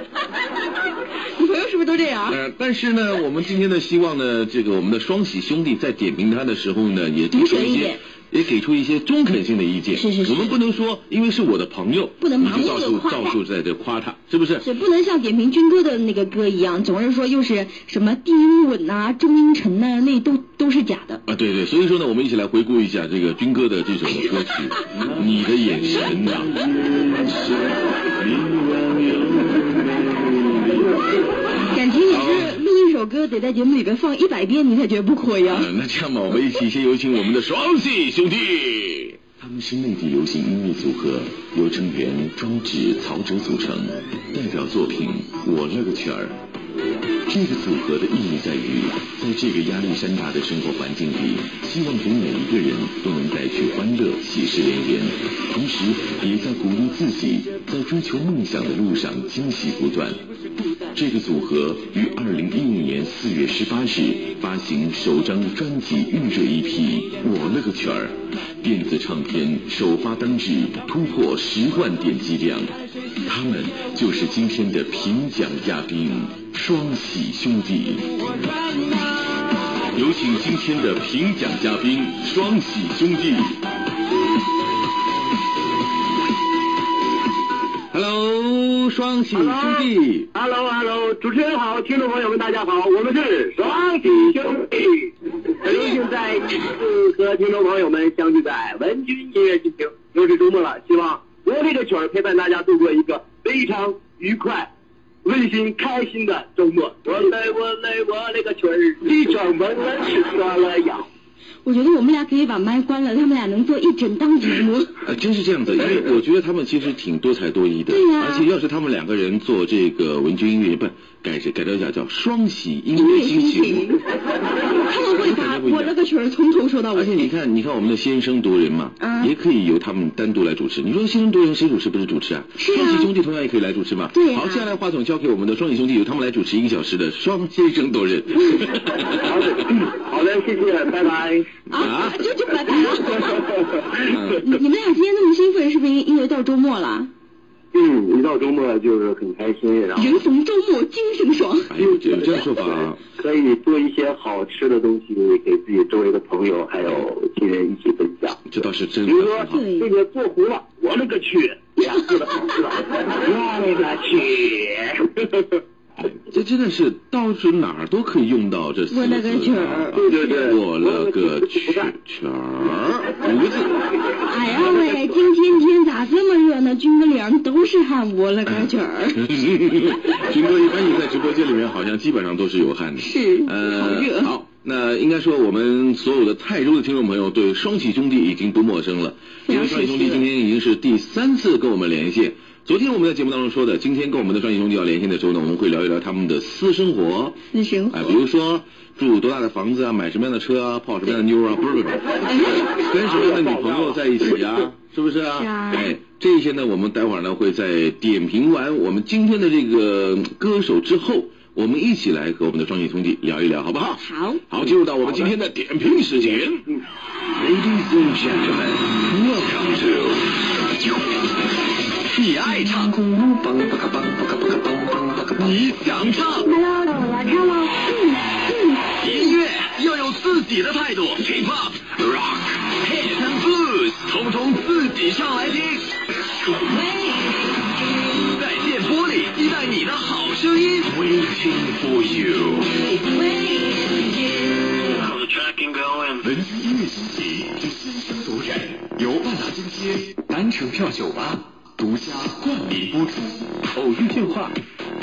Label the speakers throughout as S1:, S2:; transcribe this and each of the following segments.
S1: 都这样。
S2: 呃，但是呢， 我们今天呢，希望呢，这个我们的双喜兄弟在点评他的时候呢，也给出
S1: 中肯一
S2: 一些
S1: 点，
S2: 也给出一些中肯性的意见。
S1: 是是是
S2: 我们不能说，因为是我的朋友，
S1: 不能
S2: 你
S1: 盲
S2: 就
S1: 目
S2: 到
S1: 地
S2: 处
S1: 夸
S2: 到
S1: 赞
S2: 处在这夸他，是不是？
S1: 是不能像点评军哥的那个歌一样，总是说又是什么低音稳呐、中音沉呐、那都都是假的。
S2: 啊，对对，所以说呢，我们一起来回顾一下这个军哥的这首歌曲
S1: 哎
S2: 《你的眼神》呐。
S1: 感情也是录一首歌得在节目里边放一百遍，你才觉得不阔呀
S2: 啊。，那这样吧，我们一起先有请我们的双喜兄弟。他们是内地流行音乐组合，由成员庄志、曹哲组成，代表作品《我勒个去儿》。这个组合的意义在于，在这个压力山大的生活环境里，希望给每一个人都能带去欢乐、喜事连连，同时也在鼓励自己在追求梦想的路上惊喜不断。这个组合于二零一五年四月十八日发行首张专辑预热 EP《我勒个去儿》，电子唱片首发当日突破十万点击量。他们就是今天的评奖嘉宾双喜兄弟。有请今天的评奖嘉宾双喜兄弟。Hello，双喜兄弟。
S3: Hello Hello，主持人好，听众朋友们大家好，我们是双喜兄弟，很荣幸在一次和听众朋友们相聚在文君音乐心情，又是周末了，希望我这个曲儿陪伴大家度过一个非常愉快、温馨、开心的周末。我来我来我这个曲儿，一曲儿文文是刷了呀。
S1: 我觉得我们俩可以把麦关了，他们俩能做一整档节目。
S2: 呃，真是这样子，因为我觉得他们其实挺多才多艺的，
S1: 啊对呀
S2: 而且要是他们两个人做这个文君音乐，不改是改掉一下叫双喜音乐心情。
S1: 他们会把我那个曲儿从头说到
S2: 而
S1: 尾
S2: 且。你看，你看我们的先声夺人嘛，
S1: 嗯
S2: 也可以由他们单独来主持。你说先声夺人谁主持不是主持啊？
S1: 是啊
S2: 双喜兄弟同样也可以来主持嘛。
S1: 对呀啊
S2: 好，接下来话筒交给我们的双喜兄弟，由他们来主持一个小时的双先声夺 人。
S3: 好的，好的，谢谢，拜拜。
S1: 啊， 就就拜拜了。啊你你们俩今天那么兴奋，是不是因因为到周末了？
S3: 嗯，一到周末就是很开心，然后。
S1: 人逢周末精神爽。
S2: 哎呦，有这样说法啊？
S3: 可呃以做一些好吃的东西给自己周围的朋友还有亲人一起分享。
S2: 这倒是
S3: 比
S2: 真的
S3: 如说
S2: 很好。
S1: 对
S3: 这个做糊了，我勒个去！呀，做的好 吃了，我勒个去！
S2: 这真的是到处哪儿都可以用到这四个字、啊。
S1: 我勒个曲儿
S3: 对对对
S2: 我勒个曲曲儿，五个字。
S1: 哎呀喂，今天天咋这么热闹？军哥脸上都是汗，我勒个曲儿。
S2: 军哥一般你在直播间里面好像基本上都是有汗的。
S1: 是好热
S2: 呃，好，那应该说我们所有的泰州的听众朋友对双喜兄弟已经不陌生了，
S1: 非
S2: 因
S1: 常熟
S2: 为
S1: 悉
S2: 双喜兄弟今天已经是第三次跟我们连线。昨天我们在节目当中说的，今天跟我们的双喜兄弟要连线的时候呢，我们会聊一聊他们的私生活。
S1: 那行
S2: 啊，比如说住多大的房子啊，买什么样的车啊，泡什么样的妞啊，不是不是，不是 跟什么样的女朋友在一起啊，是不是啊？
S1: 是啊
S2: 哎，这些呢，我们待会儿呢会在点评完我们今天的这个嗯歌手之后，我们一起来和我们的双喜兄弟聊一聊，好不好？
S1: 好
S2: 好，进入到我们今天的点评时间。Ladies and gentlemen, welcome to 你爱唱，你想唱。
S1: Hello，我唱了。嗯嗯。
S2: 音乐要有自己的态度，K-pop、Rock、Hit and Blues，统统自己上来听。在电波里期待你的好声音。Waiting for you。文娱音乐新奇，新生独占，由万达金街单程票酒吧独家冠名播出。偶遇电话：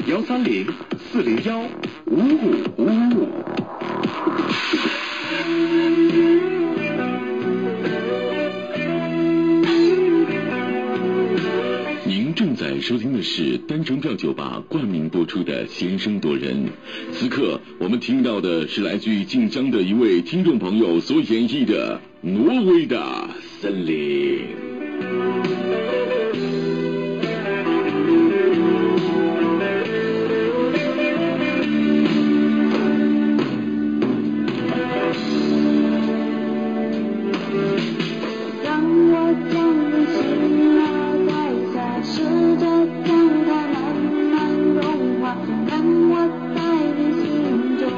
S2: 幺三零四零幺五五五五五。您正在收听的是单程票酒吧冠名播出的《先声夺人》。此刻我们听到的是来自于晋江的一位听众朋友所演绎的《挪威的森林》。
S4: 让我将你心啊摘下，试着将它慢慢融化。让我带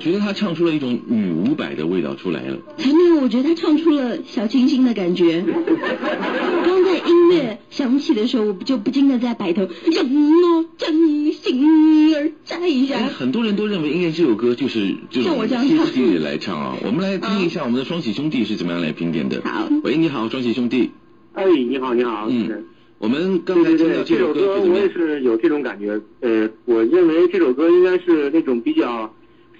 S2: 觉得他唱出了一种女伍佰的味道出来了。
S1: 才没有，我觉得他唱出了小清新的感觉。刚在音乐响起的时候，我就不禁的在摆头，人哦，真心儿摘
S2: 哎
S1: 然。
S2: 很多人都认为应该这首歌就是这
S1: 像
S2: 种
S1: 我这样
S2: 歇
S1: 唱
S2: 斯底里来唱啊。我们来听一下我们的双喜兄弟是怎么样来评点的。
S1: 好
S2: 喂，你好，双喜兄弟。
S3: 哎，你好，你好，
S2: 嗯，我们刚
S3: 对
S2: 才
S3: 对
S2: 听到
S3: 对，这
S2: 首
S3: 首
S2: 歌
S3: 歌
S2: 是怎么
S3: 我也
S2: 样？
S3: 是有这种感觉。呃，我认为这首歌应该是那种比较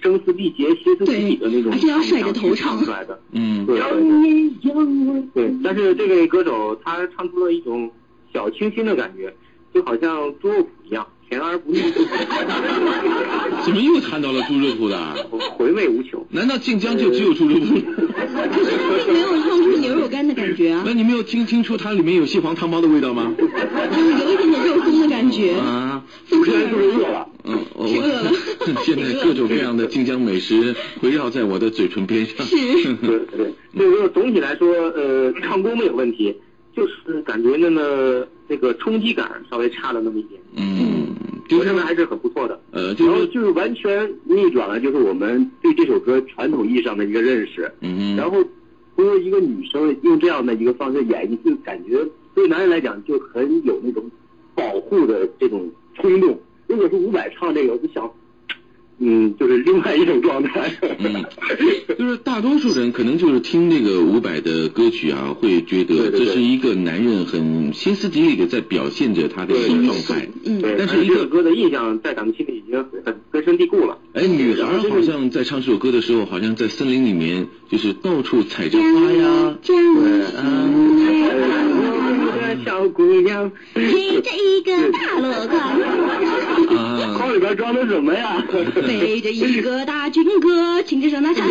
S3: 声嘶力竭、歇斯底里的那种，
S1: 对而且要甩着头唱
S3: 出来的。
S2: 嗯，
S3: 对对对，但是这位歌手他唱出了一种小清新的感觉，就好像猪肉脯一样，甜而不腻，
S2: 怎么又谈到了猪肉铺的？ 啊
S3: 回味无穷。
S2: 难道晋江就只有猪肉铺？
S1: 可是他并没有唱出牛肉干的感觉啊
S2: 那，你没有听听出它里面有蟹黄汤包的味道吗？
S1: 嗯，有一点点肉松的感觉。
S2: 啊。
S1: 松口
S3: 现在是不是
S1: 感
S3: 饿了？
S2: 嗯，我
S1: 挺饿了
S2: 现在各种各样的晋江美食围绕在我的嘴唇边上。
S1: 是
S3: 对对，就是说总体来说，呃，唱功没有问题，就是感觉那么那个冲击感稍微差了那么一点，
S2: 嗯，就
S3: 我
S2: 是
S3: 认为还是很不错的。
S2: 呃，就
S3: 然后
S2: 是
S3: 就是完全逆转了，就是我们对这首歌传统意义上的一个认识。
S2: 嗯
S3: 然后通过一个女生用这样的一个方式演绎，就感觉对男人来讲就很有那种保护的这种冲动。如果是伍佰唱这个，我就想，嗯，就是另外一种状态。
S2: 嗯，就是大多数人可能就是听那个伍佰的歌曲啊，会觉得
S3: 对对对
S2: 这是一个男人很歇斯底里的在表现着他的一个
S3: 对
S2: 状态。
S1: 嗯，
S3: 对，
S2: 但是
S3: 而且
S2: 一个
S3: 这首歌的印象在咱们心里已经很根深蒂固了。
S2: 哎，女孩儿好像在唱这首歌的时候，好像在森林里面就是到处采着花哎呀，
S1: 这样
S2: 嗯
S3: 哎我这个哎小姑娘，
S1: 披着一个大箩筐。
S2: 啊，
S3: 筐里边装的什么呀？
S1: 背着一个大军歌，请着手拿枪。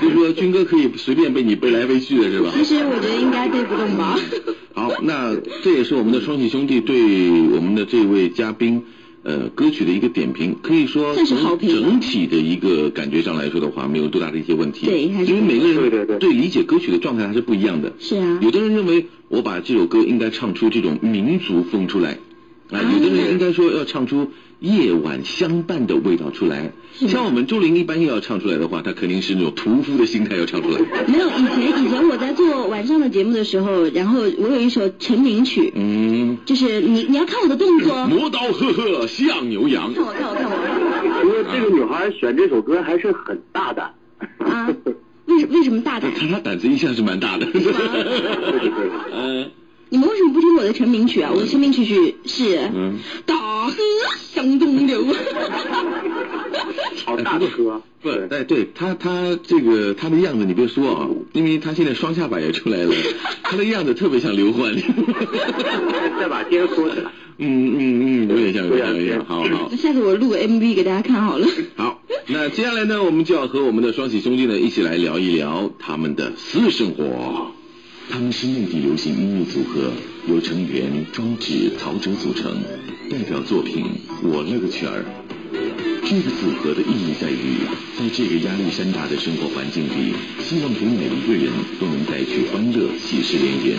S2: 就是说军哥可以随便被你背来背去的是 吧？
S1: 其实我觉得应该背不动吧。
S2: 好，那这也是我们的双喜兄弟对我们的这位嘉宾，呃，歌曲的一个点评，可以说
S1: 算是好
S2: 从
S1: 评啊了
S2: 整体的一个感觉上来说的话，没有多大的一些问题。
S1: 对还是
S2: 因为每个人
S3: 对对对
S2: 理解歌曲的状态还是不一样的。
S1: 是啊
S2: 有的人认为我把这首歌应该唱出这种民族风出来，
S1: 啊
S2: 啊，有的人应该说要唱出夜晚相伴的味道出来。
S1: 是
S2: 像我们周玲一般要唱出来的话，她肯定是那种屠夫的心态要唱出 来。
S1: 没有，以前以前我在做晚上的节目的时候，然后我有一首成名曲，
S2: 嗯，
S1: 就是你你要看我的动作，
S2: 磨刀赫赫向牛羊。
S1: 看我看我看我
S3: 不过这个女孩选这首歌还是很大胆。
S1: 啊！为什为什么大胆？
S2: 他他胆子一向是蛮大的。 嗯
S1: 你们为什么不听我的成名曲啊？我的成名曲曲是
S2: 嗯
S1: 《大河向东流》。
S3: 好大的歌，
S2: 不，
S3: 对
S2: 哎，对他他这个他的样子，你别说啊，因为他现在双下巴也出来 了，他的样子特别像刘欢。
S3: 再把肩缩起来。
S2: 嗯嗯嗯，有点像，有点像，有点像，好好。
S1: 下次我录个 MV 给大家看好了。
S2: 好，那接下来呢，我们就要和我们的双喜兄弟呢一起来聊一聊他们的私生活。他们是内地流行音乐组合，由成员庄志、曹哲组成，代表作品《我勒个去儿》。这个组合的意义在于，在这个压力山大的生活环境里，希望给每一个人都能带去欢乐、喜事连连，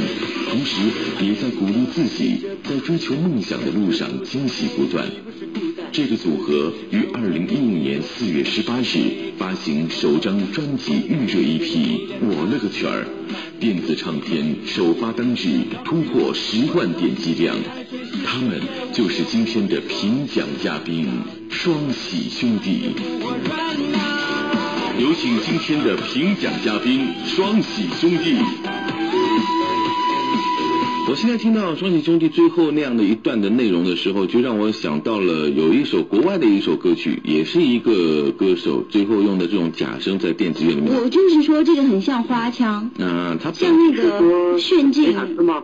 S2: 同时也在鼓励自己在追求梦想的路上惊喜不断。这个组合于二零一五年四月十八日发行首张专辑预热 EP《我勒个去儿》，电子唱片首发当日突破十万点击量，他们就是今天的评奖嘉宾双喜兄弟。有请今天的评奖嘉宾双喜兄弟。我现在听到双喜兄弟最后那样的一段的内容的时候，就让我想到了有一首国外的一首歌曲，也是一个歌手最后用的这种假声在电子乐里面。
S1: 我就是说这个很像花腔，
S2: 啊，他
S1: 像那
S3: 是说
S2: 嗯
S1: 个炫
S3: 维塔斯
S1: 技。
S3: 吗？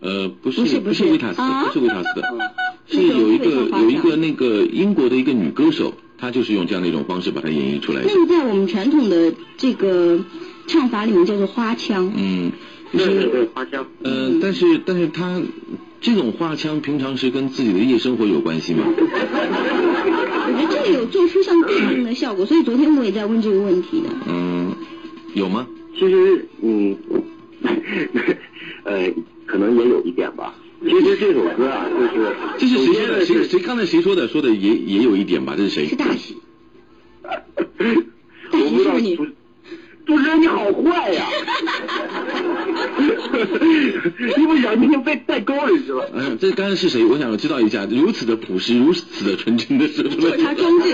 S2: 呃不是
S1: 不是
S2: 不是
S1: 不是
S2: 维塔斯的，
S1: 啊
S2: 不是维塔斯的，是
S1: 那个
S2: 有一
S1: 会
S2: 个
S1: 唱花
S2: 有一个
S1: 样
S2: 那个英国的一个女歌手，她就是用这样的一种方式把它演绎出来的
S1: 那。个在我们传统的这个唱法里面叫做花腔。
S2: 嗯，就
S3: 对对
S2: 是
S3: 对，花香。
S2: 呃，但是但是他这种花腔平常是跟自己的夜生活有关系吗？
S1: 我觉得这个有做出像对应的效果，所以昨天我也在问这个问题的。
S2: 嗯，有吗？
S3: 其实，嗯， 呃，可能也有一点吧。其实这首歌啊，就是
S2: 这是谁
S3: 首
S2: 说
S3: 先
S2: 的？
S3: 呢
S2: 谁
S3: 是
S2: 谁刚才谁说的？说的也也有一点吧？这是谁？
S1: 是大喜，大
S3: 我
S1: 姨
S3: 不知
S1: 是不
S3: 道
S1: 是你？
S3: 主主持人你好坏呀、 一不小心被带沟里去了。
S2: 嗯，这刚才是谁？我想知道一下。如此的朴实，如此的纯真的说出
S1: 就是他装置。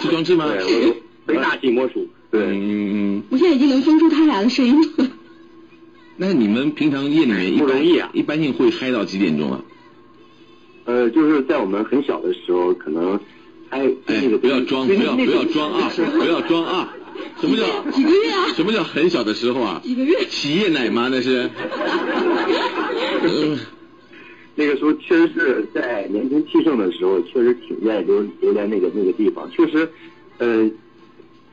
S2: 是装置吗？
S3: 对，我非大器莫属。
S2: 对，嗯嗯。
S1: 我现在已经能分出他俩的声音了。
S2: 那你们平常夜里面一般
S3: 不容易啊
S2: 一般性会嗨到几点钟啊？
S3: 呃，就是在我们很小的时候，可能哎
S2: 哎，不要装，不要不要装 啊，不要装啊！什么叫
S1: 几个月啊？
S2: 什么叫很小的时候啊？
S1: 几个月？
S2: 企业奶妈那是。嗯
S3: 那个时候确实是在年轻气盛的时候，确实挺愿意留留在那个那个地方，确实，呃，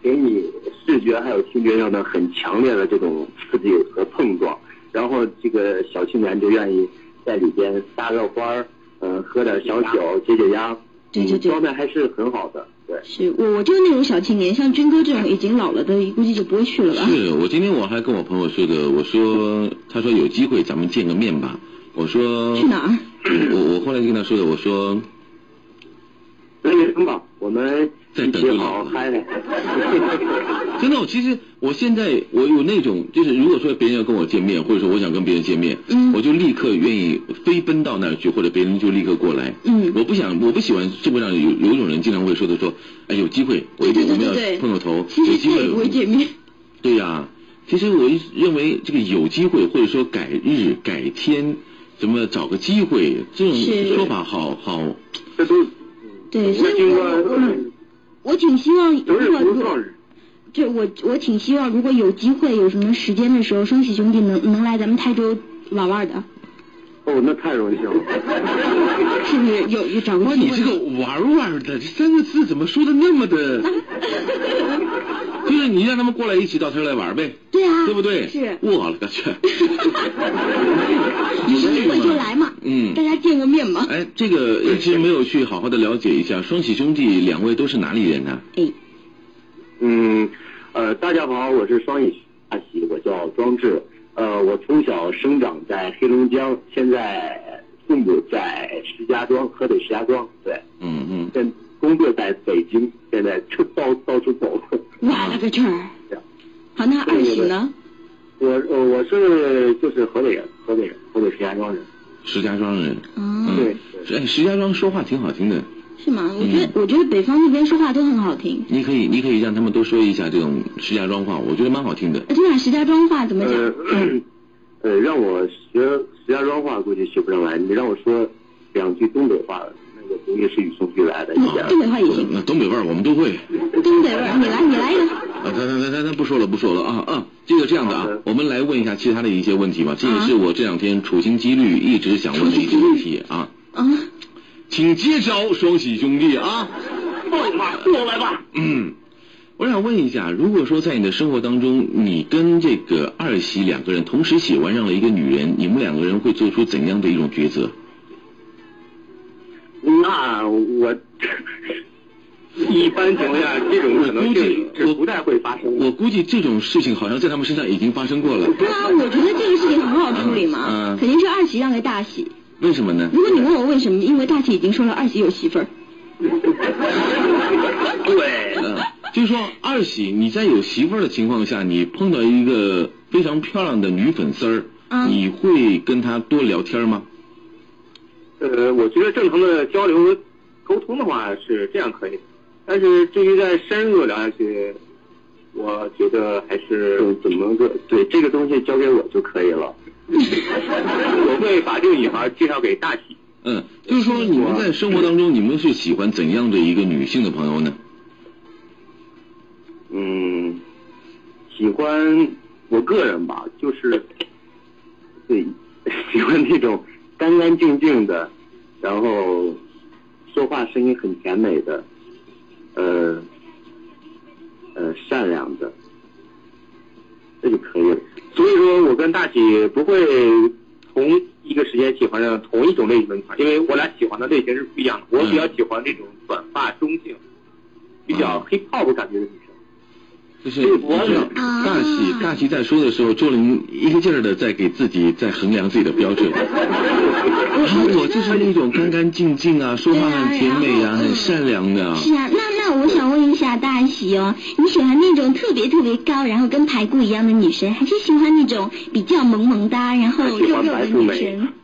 S3: 给你视觉还有听觉上的很强烈的这种刺激和碰撞，然后这个小青年就愿意在里边撒个欢儿，呃，喝点小酒解解压，
S1: 对对对
S3: 嗯状态还是很好的，对。
S1: 是我我就是那种小青年，像军哥这种已经老了的，估计就不会去了吧？
S2: 是我今天我还跟我朋友说的，我说他说有机会咱们见个面吧，我说
S1: 去哪儿？
S2: 我我后来就跟他说的，我说
S3: 那就行吧，我们
S2: 再
S3: 一
S2: 等
S3: 起
S2: 就
S3: 好好
S2: 老了
S3: 嗨嗨。
S2: 真的，我其实我现在我有那种就是如果说别人要跟我见面，或者说我想跟别人见面，
S1: 嗯
S2: 我就立刻愿意飞奔到那儿去，或者别人就立刻过来。
S1: 嗯
S2: 我不想，我不喜欢社会上有有一种人经常会说的说，哎，有机会我一定
S1: 对
S2: 我
S1: 对
S2: 们
S1: 对对
S2: 要碰个头，
S1: 其
S2: 有
S1: 实
S2: 机
S1: 再也
S2: 会
S1: 不会见面。
S2: 对呀、其实我一直认为这个有机会，或者说改日、改天，怎么找个机会，这
S1: 是
S2: 种说法好好。
S3: 这都，
S1: 对，所
S3: 我
S1: 以
S3: 听
S1: 我嗯
S3: 过
S1: 我挺希望，
S3: 都是
S1: 如果
S3: 不
S1: 如
S3: 撞
S1: 果
S3: 日。
S1: 就我我挺希望，如果有机会有什么时间的时候，双喜兄弟能能来咱们台州玩玩的，
S3: 哦，那太荣幸了。
S1: 是不是有有找个
S2: 哇，
S1: 机
S2: 你这个
S1: 会？
S2: 玩玩的这三个字怎么说的那么的？就是你让他们过来一起到这儿来玩呗，
S1: 对啊，
S2: 对不对？。
S1: 是
S2: 我了个去！
S1: 有机会就来嘛，
S2: 嗯
S1: 大家见个面嘛。
S2: 哎，这个一直没有去好好的了解一下，双喜兄弟两位都是哪里人呢、
S1: 哎，
S3: 嗯，呃，大家好，我是双喜大喜，我叫庄志。呃，我从小生长在黑龙江，现在父母在石家庄，河北石家庄。对，
S2: 嗯嗯，
S3: 现工作在北京，现在就到到处走。
S1: 我了个去儿
S3: 这样！
S1: 好，那二喜呢？
S3: 我呃我是就是河北人，河北人，河北石家庄人。
S2: 石家庄人。
S1: 啊，
S2: 嗯
S3: 对，
S2: 哎，石家庄说话挺好听的，
S1: 是吗？我
S2: 嗯
S1: 觉得我觉得北方那边说话都很好听。
S2: 你可以你可以让他们多说一下这种石家庄话，我觉得蛮好听的。
S1: 那哎这俩石家庄话怎么讲？
S3: 呃，呃，让我学石家庄话，估计学不上来。你让我说两句东北话，那个估计是与生俱来的，一点儿
S1: 东北话也行，
S2: 那啊东北味儿我们都会。
S1: 东北味儿。你来，你来一个。
S2: 啊，他他他他他不说了不说了啊啊！这个这样的啊
S3: 好的，
S2: 我们来问一下其他的一些问题吧，这也是我这两天处心积虑一直想问的一些问题啊，
S1: 啊，
S2: 请接招双喜兄弟啊！
S3: 放吧，过来吧。
S2: 嗯，我想问一下，如果说在你的生活当中，你跟这个二喜两个人同时喜欢上了一个女人，你们两个人会做出怎样的一种抉择？
S1: 嗯
S3: 那 我一般情况下，这种可能性是不太会发生的。
S2: 我估计这种事情好像在他们身上已经发生过了，
S1: 对啊，我觉得这个事情很好处理嘛，
S2: 嗯
S1: 肯定是二喜让给大喜。
S2: 为什么呢？
S1: 如果你问我为什么，因为大喜已经说了二喜有媳妇儿。
S3: 对，
S2: 嗯，就是说二喜，你在有媳妇儿的情况下，你碰到一个非常漂亮的女粉丝儿，
S1: 嗯
S2: 你会跟她多聊天吗？
S3: 呃，我觉得正常的交流沟通的话是这样可以的，但是至于再深入地聊下去，我觉得还是怎么个对这个东西交给我就可以了。 我会把这个女孩介绍给大喜。
S2: 嗯，就是说你们在生活当中，你们是喜欢怎样的一个女性的朋友呢？
S3: 嗯，喜欢我个人吧，就是对喜欢那种干干净净的，然后说话声音很甜美的，呃呃善良的，这就可以了。所以说我跟大喜不会同一个时间喜欢上同一种类型的女孩，因为我俩喜欢的类型是不一样的。我比较喜欢这种短发中性，比较 hip hop 感觉的女生。
S2: 就是你知道，
S1: 啊
S2: 大喜大喜在说的时候，周玲一个劲儿的在给自己在衡量自己的标准。啊，我就是那种干干净净啊，说话很甜美啊，很善良的啊。
S1: 是啊，那那我想问一下大喜哦，你喜欢那种特别特别高，然后跟排骨一样的女生，还是喜欢那种比较萌萌哒，然后
S3: 我喜
S1: 肉肉
S3: 欢
S1: 的
S3: 白富
S1: 女
S3: 美
S1: 生？。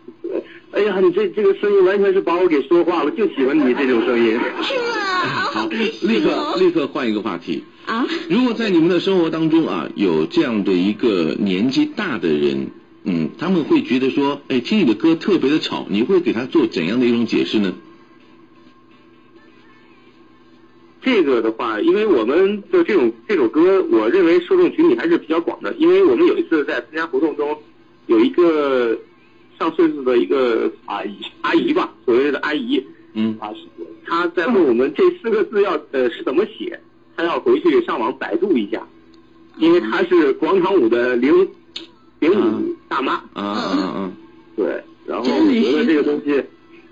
S3: 哎呀，你这这个声音完全是把我给说话了，就喜欢你这种声音。
S1: 是吗？哦，好开
S2: 立
S1: 心
S2: 刻
S1: 哦！
S2: 立刻换一个话题。
S1: 啊，
S2: 如果在你们的生活当中啊，有这样的一个年纪大的人，嗯，他们会觉得说，哎，听你的歌特别的吵，你会给他做怎样的一种解释呢？
S3: 这个的话，因为我们就这种这首歌，我认为受众群体还是比较广的。因为我们有一次在参加活动中，有一个上岁数的一个阿姨阿姨吧，所谓的阿姨，
S2: 嗯，
S3: 啊，她在问我们这四个字要呃是怎么写，她要回去上网百度一下，因为她是广场舞的零零五大妈，
S2: 啊啊啊！
S3: 对，然后我觉得这个东西，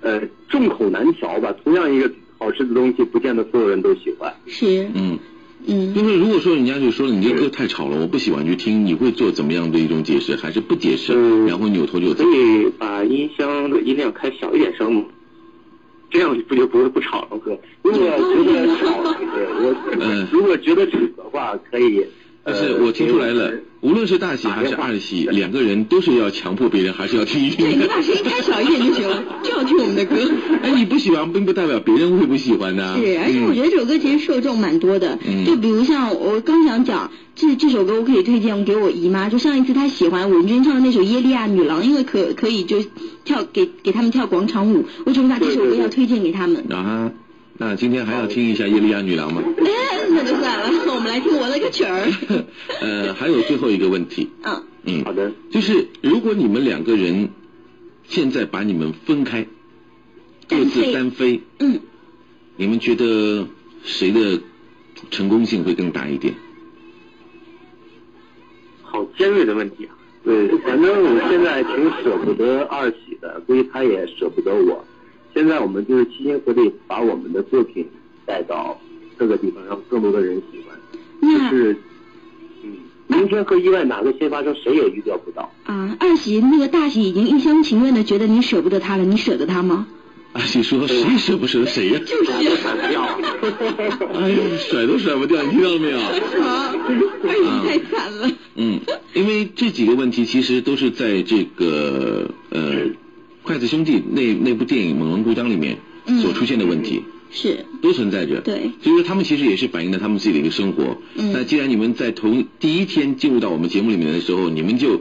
S3: 呃，众口难调吧。同样一个好吃的东西，不见得所有人都喜欢。
S1: 是，
S2: 嗯，就
S1: 嗯，
S2: 是如果说人家就说了你这歌太吵了，我不喜欢去听，你会做怎么样的一种解释？还是不解释，
S3: 嗯
S2: 然后扭头就
S3: 所
S2: 走？
S3: 以把音箱的音量开小一点声嘛，这样不就不会不吵了哥。如果觉得吵，对
S2: 嗯
S3: 我如果觉得吵的话，可以。
S2: 但
S3: 呃
S2: 是我听出来了，无论是大喜还是
S3: 打电话
S2: 二喜，两个人都是要强迫别人，还是要听一
S5: 对，
S2: 听
S5: 你
S2: 的。
S5: 把声音开小一点就行了，就要听我们的歌。
S2: 哎，你不喜欢，并不代表别人会不喜欢的啊。
S1: 是，而且
S2: 嗯
S1: 我觉得这首歌其实受众蛮多的，
S2: 嗯
S1: 就比如像我刚想讲，这这首歌我可以推荐给我姨妈，就上一次她喜欢文君唱的那首《耶利亚女郎》，因为可可以就跳给给他们跳广场舞，我准备把这首歌要推荐给他 们。
S2: 啊，那今天还要听一下《耶利亚女郎》吗？
S1: 哎，那就算了，我们来听我勒个曲儿。
S2: 呃，还有最后一个问题，
S1: 嗯，
S2: 嗯，
S3: 好的，
S2: 就是如果你们两个人现在把你们分开，各自单
S1: 单
S2: 飞，
S1: 嗯，
S2: 你们觉得谁的成功性会更大一点？
S3: 好尖锐的问题啊。对，反正我现在挺舍不得二喜的，所以他也舍不得我。现在我们就是齐心合力把我们的作品带到各个地方，让更多的人喜欢。就
S1: 那
S3: 是，嗯，明天和意外哪个先发生，谁也预料 不到。
S1: 啊，二喜那个大喜已经一厢情愿的觉得你舍不得他了，你舍得他吗？
S2: 阿喜说谁舍不舍得谁呀、啊
S3: 闪 耀。
S2: 哎呦，甩都甩不掉，你听到没有？
S1: 啊，二喜太惨了。
S2: 嗯，因为这几个问题其实都是在这个呃《筷子兄弟那》那部电影《猛龙故障》里面
S1: 嗯
S2: 所出现的问题，
S1: 是，
S2: 都存在着。
S1: 对
S2: 所以说他们其实也是反映了他们自己的一个生活。
S1: 嗯
S2: 那既然你们在同第一天进入到我们节目里面的时候，你们就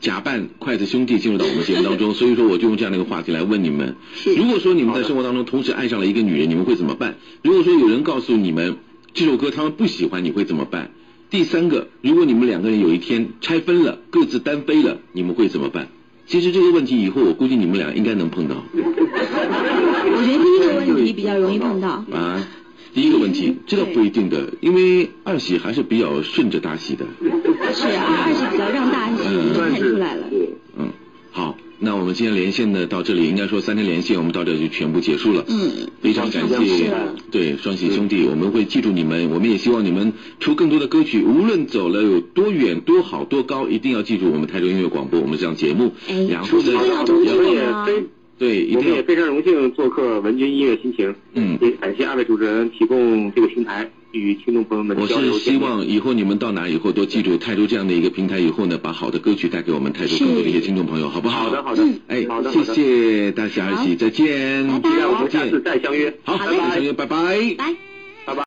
S2: 假扮筷子兄弟进入到我们节目 当中，所以说我就用这样的一个话题来问你们：
S1: 是
S2: 如果说你们
S3: 好
S2: 在
S3: 的
S2: 生活当中同时爱上了一个女人，你们会怎么办？如果说有人告诉你们这首歌他们不喜欢，你会怎么办？第三个，如果你们两个人有一天拆分了，各自单飞了，你们会怎么办？其实这个问题以后我估计你们俩应该能碰到
S1: 我觉得第一个问题比较容易碰到。
S2: 啊。第一个问题，这个不一定的，因为二喜还是比较顺着大喜的。
S1: 是啊二二喜比较让大喜，
S2: 嗯
S1: 看出来了。
S3: 对，
S2: 嗯，好，那我们今天连线呢到这里，应该说三天连线我们到这就全部结束了。
S1: 嗯，
S2: 非常感谢
S1: 是，
S2: 对双喜兄弟，我们会记住你们，我们也希望你们出更多的歌曲，无论走了有多远、多好、多高，一定要记住我们台州音乐广播我们这档节目
S1: 哎。
S2: 然后
S1: 出
S2: 呢
S1: 去都要，
S3: 我
S1: 同进
S3: 们也
S1: 啊
S3: 非，
S2: 对，一
S3: 我们
S2: 定
S3: 也
S2: 要
S3: 非常荣幸做客文君音乐心情。
S2: 嗯
S3: 也感谢二位主持人提供这个平台与听众朋友们
S2: 我
S3: 交流
S2: 是
S3: 见
S2: 希
S3: 面。
S2: 望以后你们到哪以后都记住泰州这样的一个平台，以后呢把好的歌曲带给我们泰州更多的一些听众朋友，好不好？
S3: 好的，好的
S1: 嗯，
S2: 哎
S3: 好的，，好
S2: 谢
S3: 的。
S2: 谢大喜儿喜，再见，
S1: 拜拜
S3: 期待我们
S2: 再
S3: 下次
S2: 见，
S3: 再相约。
S2: 好，
S1: 好嘞
S2: 再见，拜拜。
S1: 拜。